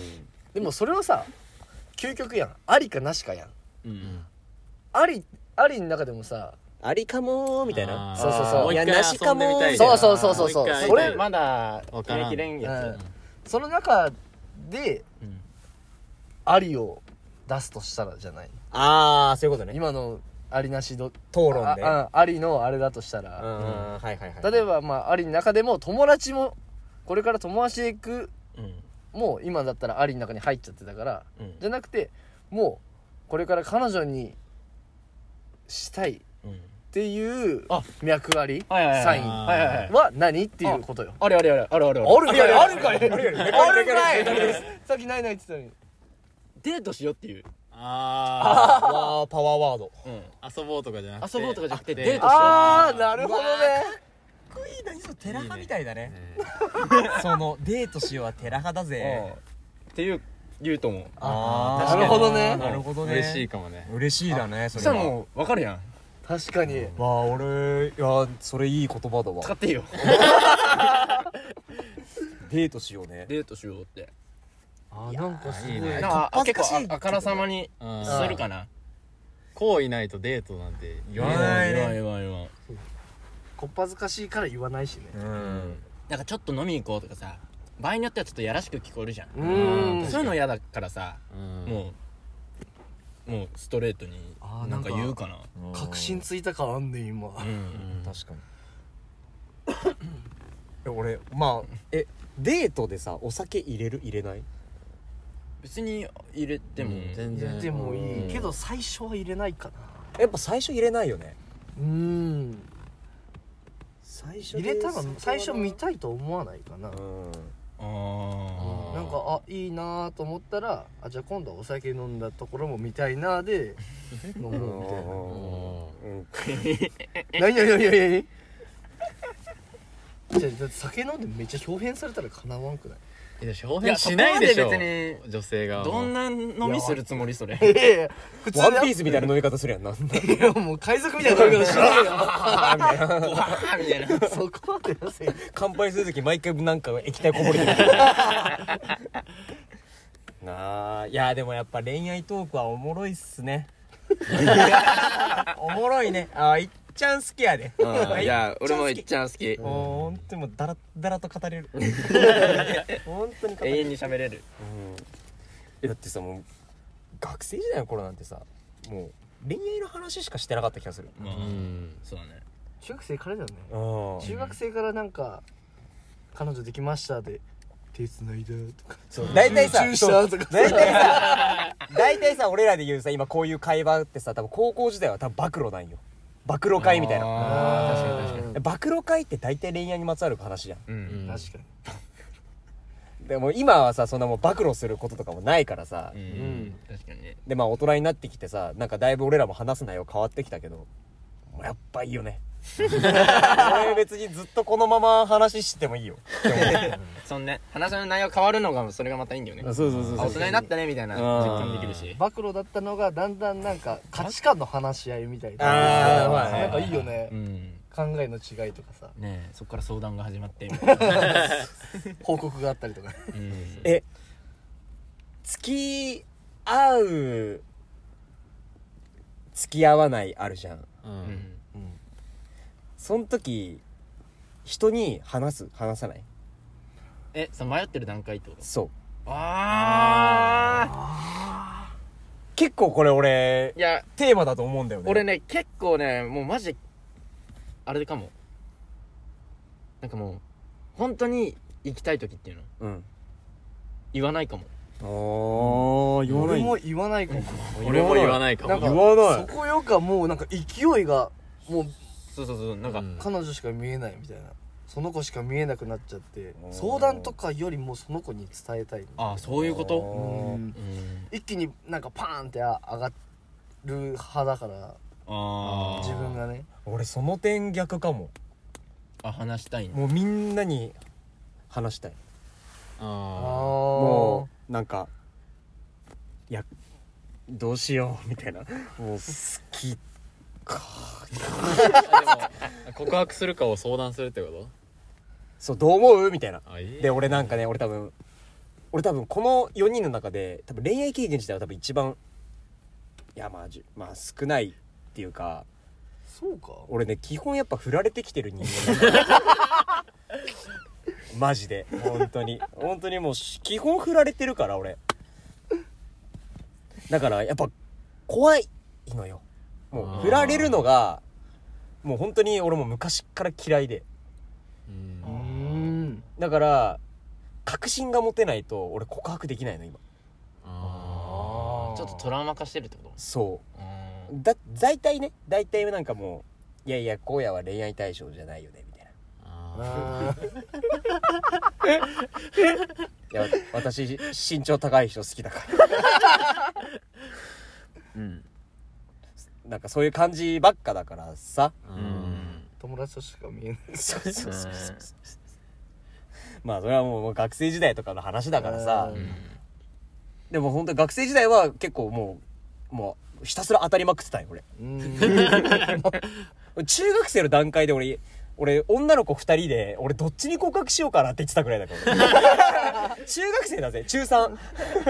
S3: でもそれはさ究極やんありかなしかやん
S7: うん
S3: ありありの中でもさ
S1: ありかもーみたいな
S7: あー
S3: そうそうそう
S7: もう一回
S1: いやなしかも
S7: 遊んでみたい
S3: そうそうそうそうそう
S7: もう一回
S3: それ
S7: 会いたい
S2: まだ
S7: わからん
S2: できれんや
S3: その中で
S2: つうん
S3: ありを出すとしたらじゃない
S1: ああそういうことね
S3: 今のありなしど
S1: 討論で、
S3: ああありのあれだとした
S1: うん
S3: ら、
S1: うんはいはいはい
S3: 例えばまあありの中でも友達もこれから友達で行く
S2: うん
S3: もう今だったらありの中に入っちゃってたから
S2: うん
S3: じゃなくてもうこれから彼女にしたいっ
S2: うん
S3: ていう
S2: あ
S3: 脈あり
S2: はいはいはい
S3: サイン
S2: はいはいはい
S3: は何っていうことよ
S2: あれあれあれあるあるあ
S3: るかいあるかい
S1: ある
S3: あるかいさっきないないって言って
S2: デートしようっていう
S7: あ
S1: わーパワーワード
S2: うん
S7: あ遊ぼうとかじゃなくて
S2: 遊ぼうとかじゃなくて
S7: あ
S2: デー
S3: た
S2: トしよう
S3: のああなるほどね
S1: かっこいい何それ寺派みたいだね
S7: ね
S1: そのデートしようは寺派だ
S2: うんっていう言うと思う
S1: あ
S3: なるほどね
S1: なるほどね
S7: 嬉しいかもね
S1: 嬉しいだねそ
S2: そ
S1: れ
S2: したらもう分かるやん
S3: 確かに
S1: わあ俺いやそれいい言葉だ
S2: 使
S1: わ
S2: っていいよ
S1: デートしようね
S2: デートしようって
S3: あなんかすごい
S7: いいね
S2: なんかあ
S1: 恥ず
S2: 結
S1: かしい
S2: 構ああからさまに
S7: うん
S2: するかな
S7: 好意ないとデートなんて言わ
S1: 言わ
S7: ない
S1: ないね
S2: 言わん言わん言わん
S3: こっぱずかしいから言わないしね
S1: うん
S2: なんかちょっと飲みに行こうとかさ場合によってはちょっとやらしく聞こえるじゃん
S3: うーん
S2: そういうの嫌だからさ
S7: うん
S2: もう
S7: もうストレートに
S3: あーな
S7: な
S3: んん
S7: か
S3: か
S7: 言うかな
S3: 確信ついた感あんねん今
S7: うん
S1: 確かにえ俺まあえデートでさお酒入れる入れない
S7: 別に入れても、
S5: うん
S8: 全
S3: 入れ
S8: 然
S3: ても
S7: う
S3: い
S7: ん
S3: いけど最初は入れないかな
S1: やっぱ最初入れないよね
S3: うん
S1: 最初
S3: 入れたら最初見たいと思わないかな、
S1: うん
S7: ああ
S3: なんかあいいなと思ったらあじゃあ今度はお酒飲んだところも見たいなで飲もうみたいな何何何何何じゃあだって酒飲んでめっちゃ表変されたらかなわんくない
S5: いや表
S7: いや
S5: 現しないでしょ
S7: そこまで
S5: 女性が
S7: どんな飲みするつもりそれ
S3: いやいや普通
S1: ワン
S3: だ
S1: ピースみたいな飲み方する [LAUGHS] やんな
S3: いやもう海賊みたいな飲み方しない
S7: あみたいな
S3: よそこまで出せよ
S1: 乾杯する時毎回なんか液体こぼれ [LAUGHS] てるなあいやでもやっぱ恋愛トークはおもろいっす [LAUGHS] ねおもろいねあーいっちゃん好きやで
S2: うんいや俺もいっちゃん好き
S1: もう本当にもうダラッダラと語れる [LAUGHS] 本当に語れる
S7: 永遠に喋れる
S1: だってさもう学生時代の頃なんてさもう恋愛の話しかしてなかった気がする
S7: まあ、
S5: うん
S7: そうだね
S3: 中学生からだよね
S1: うん
S3: 中学生からなんか彼女できましたで手繋いだとか
S1: そう大体さ
S3: 集中し
S1: そう
S3: たとか
S1: 大体さ大体さ俺らで言うさ今こういう会話ってさ多分高校時代は多分暴露なんよ暴露会みたいな
S5: あー
S3: 確かに
S1: 暴露会って大体恋愛にまつわる話じゃん
S5: うんうん
S3: 確かに
S1: でも今はさそんなもう暴露することとかもないからさ、
S7: うん、
S2: ん
S7: 確かにね
S1: でまあ大人になってきてさなんかだいぶ俺らも話す内容変わってきたけどもうやっぱいいよね俺別にずっとこのまま話してもいいよ
S7: そんね話の内容変わるのがそれがまたいいんだよね
S1: そうそうそう
S7: あ大人になったねみたいな実感できるし
S3: 暴露だったのがだんだんなんか価値観の話し合いみたいな
S1: あーまあね
S3: なんかいいよね
S7: うん
S3: 考えの違いとかさ
S7: ねえそこから相談が始まってみたいな、
S3: 報告があったりとか
S7: うん
S1: え付き合う付き合わないあるじゃん
S8: う
S7: うんん
S1: その時人に話す話さない
S7: えその迷ってる段階ってこと
S1: そう
S7: ああ
S1: 結構これ俺
S7: いや
S1: テーマだと思うんだよね
S7: 俺ね結構ねもうマジであれかもなんかもう本当に行きたい時っていうの
S1: うん
S7: 言わないかも
S4: ああ言わな
S3: 俺
S4: い
S3: も言わないかも
S5: 俺も言わないか
S3: なん
S5: も
S3: か
S1: 言わない
S3: そこよかもうなんか勢いがもう
S7: そうそうそうなんか、
S8: うん
S3: 彼女しか見えないみたいなその子しか見えなくなっちゃって相談とかよりもその子に伝えたい
S7: ああそういうこと
S3: うん
S7: うん
S3: 一気になんかパーンってあ上がる派だから
S7: ああ
S3: 自分がね
S1: 俺その点逆かも
S7: あ話したいんだ
S1: もうみんなに話したい
S3: あ
S8: あ
S3: も
S1: もうなんかいやどうしようみたいなもう好き
S5: 告白するかを相談するってこ
S1: そうどう思うみたいな
S5: とあいい
S1: で俺なんかね俺多分俺多分この4人の中で多分恋愛経験自体は多分一番いやまあじゅまあ少ないっていうか
S3: そうか
S1: 俺ね基本やっぱ振られてきてる人間なんだマジで本当に本当にもうし基本振られてるから俺だからやっぱ怖いのよもう振られるのがもう本当に俺も昔から嫌いで
S8: うん
S3: うーん
S1: だから確信が持てないと俺告白できないの今
S8: あ
S7: ちょっとトラウマ化してるってこ
S1: そ
S7: とうん
S1: うだ大体ね大体なんかもういやいや荒野は恋愛対象じゃないよねみたいな
S3: あ
S1: [LAUGHS]
S3: ー
S1: いや私身長高い人好きだからうんなんかそういう感じばっかだからさ
S8: うん
S3: 友達としか見えない
S1: そうそうそうそうまあそれはもうもう学生時代とかの話だからさ
S3: うん
S1: でも本当学生時代は結構もうもうひたすら当たりまくってたよ俺中学生の段階で俺俺女の子2人で俺どっちに告白しようかなって言ってたぐらいだから
S9: [LAUGHS]
S1: 中学生だぜ中3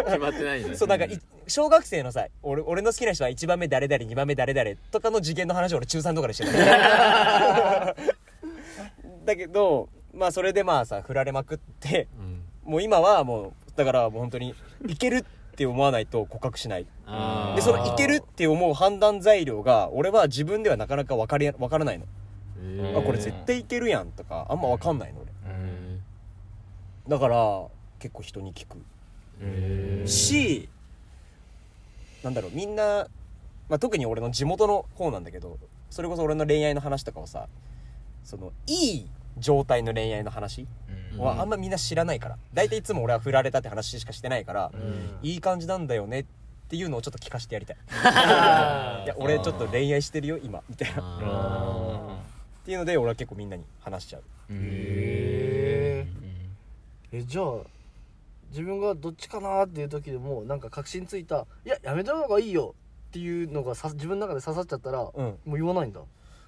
S5: 決まってないんだ
S1: [LAUGHS] そうなんかい小学生のさ俺俺の好きな人は1番目誰々2番目誰々とかの次元の話を俺中3とかでして
S9: [LAUGHS]
S1: ただけどまあそれでまあさ振られまくってもう今はもうだからもう本当にいけるって思わないと告白しない
S9: あー
S1: でそのいけるって思う判断材料が俺は自分ではなかなか分かり分からないの、
S9: えー
S1: あこれ絶対いけるやんとかあんま分かんないの俺
S9: うん
S1: だから結構人に聞く
S9: えー
S1: し、なんだろうみんな、まあ、特に俺の地元の方なんだけどそれこそ俺の恋愛の話とかをさそのいい状態の恋愛の話はあんまみんな知らないから大体いつも俺は振られたって話しかしてないから、いい感じなんだよねっていうのをちょっと聞かせてやりたいいや俺ちょっと恋愛してるよ今みたいなっ
S9: あ
S1: ていうので俺は結構みんなに話しちゃう
S3: ええじゃあ自分がどっちかなーっていう時でもなんか確信ついたいややめた方がいいよっていうのがさ自分の中で刺さっちゃったら、
S1: うん
S3: もう言わないんだ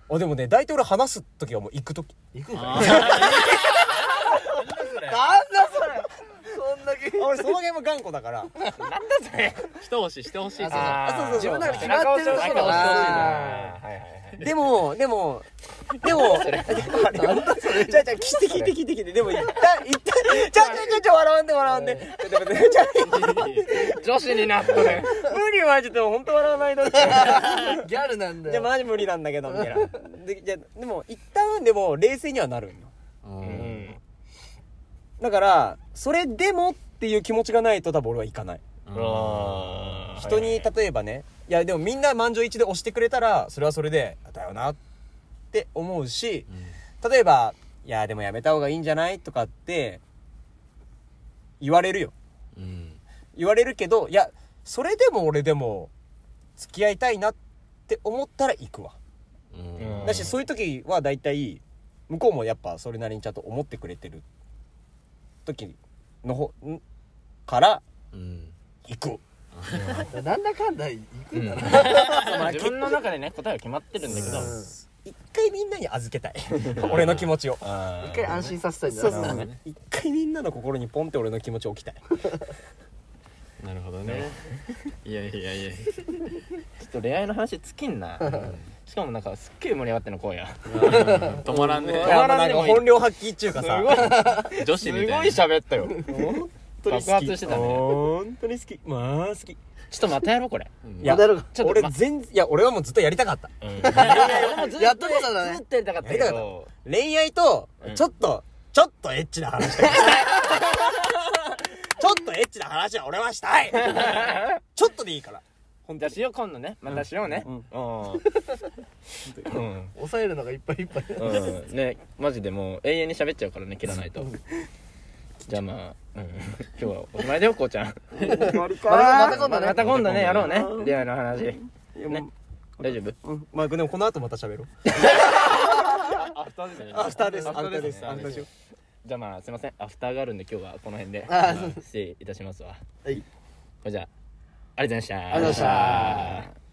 S1: あでもね大体俺話す時はもう行く時
S3: 行くんだなんだそれそんだけ
S1: あ俺その辺も頑固だから
S2: 一押ししてほしい
S3: あそうそう自分の中で決まってるところ
S2: 背中押してほしいな
S1: でもでもでもなんだそれじゃあじゃあ聞いて聞いて聞いて聞いてでも一旦一旦ちゃちゃちゃ笑わんで笑わんでちょっと待ってちょっと待って
S2: 女子になったね
S1: 無理マジで本当笑わないと
S3: ギャルなんだ
S1: じゃあ
S3: よ、
S1: マジ無理なんだけどみたいなでじゃあでも一旦でも冷静にはなるんよ
S9: ー
S1: だからそれでもっていう気持ちがないと多分俺は行かない
S2: あ
S1: 人に例えばねいやでもみんな満場一致で押してくれたらそれはそれでだよなって思うし例えば「いやでもやめた方がいいんじゃない?」とかって言われるよ
S9: うん
S1: 言われるけどいやそれでも俺でも付き合いたいなって思ったら行くわ
S9: うん
S1: だしそういう時は大体向こうもやっぱそれなりにちゃんと思ってくれてる時のほんから
S9: うん
S1: 行く
S3: なんだかんだ行くんだな、
S2: 自分の中でね答えは決まってるんだけど
S1: 一回みんなに預けたい俺の気持ちを
S3: 一回安心させたいんだ
S1: そう
S3: な
S1: そうそう一回みんなの心にポンって俺の気持ちを置きたい
S2: なるほどね
S9: いやいやいや
S2: ちょっと恋愛の話尽きんなしかもなんかすっげえ盛り上がってんの今夜
S9: 止まらんね
S1: いやもう
S2: ら
S1: なんん
S2: で
S1: か
S2: もいい
S1: 本領発揮っちゅうかさ
S9: 女子
S2: すご
S9: み
S2: い
S9: たいな
S2: 喋ったよ
S1: 本当に好き
S2: 爆発してたね
S1: 本当に好きまあ好きい
S2: ちょっとまたやろうこれ
S9: うん
S1: や
S3: だろう
S2: ちょっと
S1: 俺
S2: ま
S1: 全然いや俺はもうずっとやりたかった
S3: やっとこそだね
S2: ずっとやりたかったけ
S1: やりたか
S2: ど
S1: 恋愛とちょっと、ちょっとエッチな話だ [LAUGHS] ちょっとエッチな話は俺はした
S2: [LAUGHS]
S1: いちょっとでいいから
S2: じゃあしよう今度ねまたしようねうんうん
S3: 抑えるのがいっぱいいっぱい
S2: うんねマジでもう永遠に喋っちゃうからね切らないとじゃあまあ、うん、今日はおしまいだよこうちゃん
S3: また今度ね
S2: また今度ねやろうね恋愛の話ね大丈夫
S1: うんまあでもこの後また喋ろうアフターですアフターですアフターです
S2: じゃあまあすいませんアフターがあるんで今日はこの辺で失礼いたしますわ
S3: はい
S2: じゃあありがとうございました
S3: ありがとうございました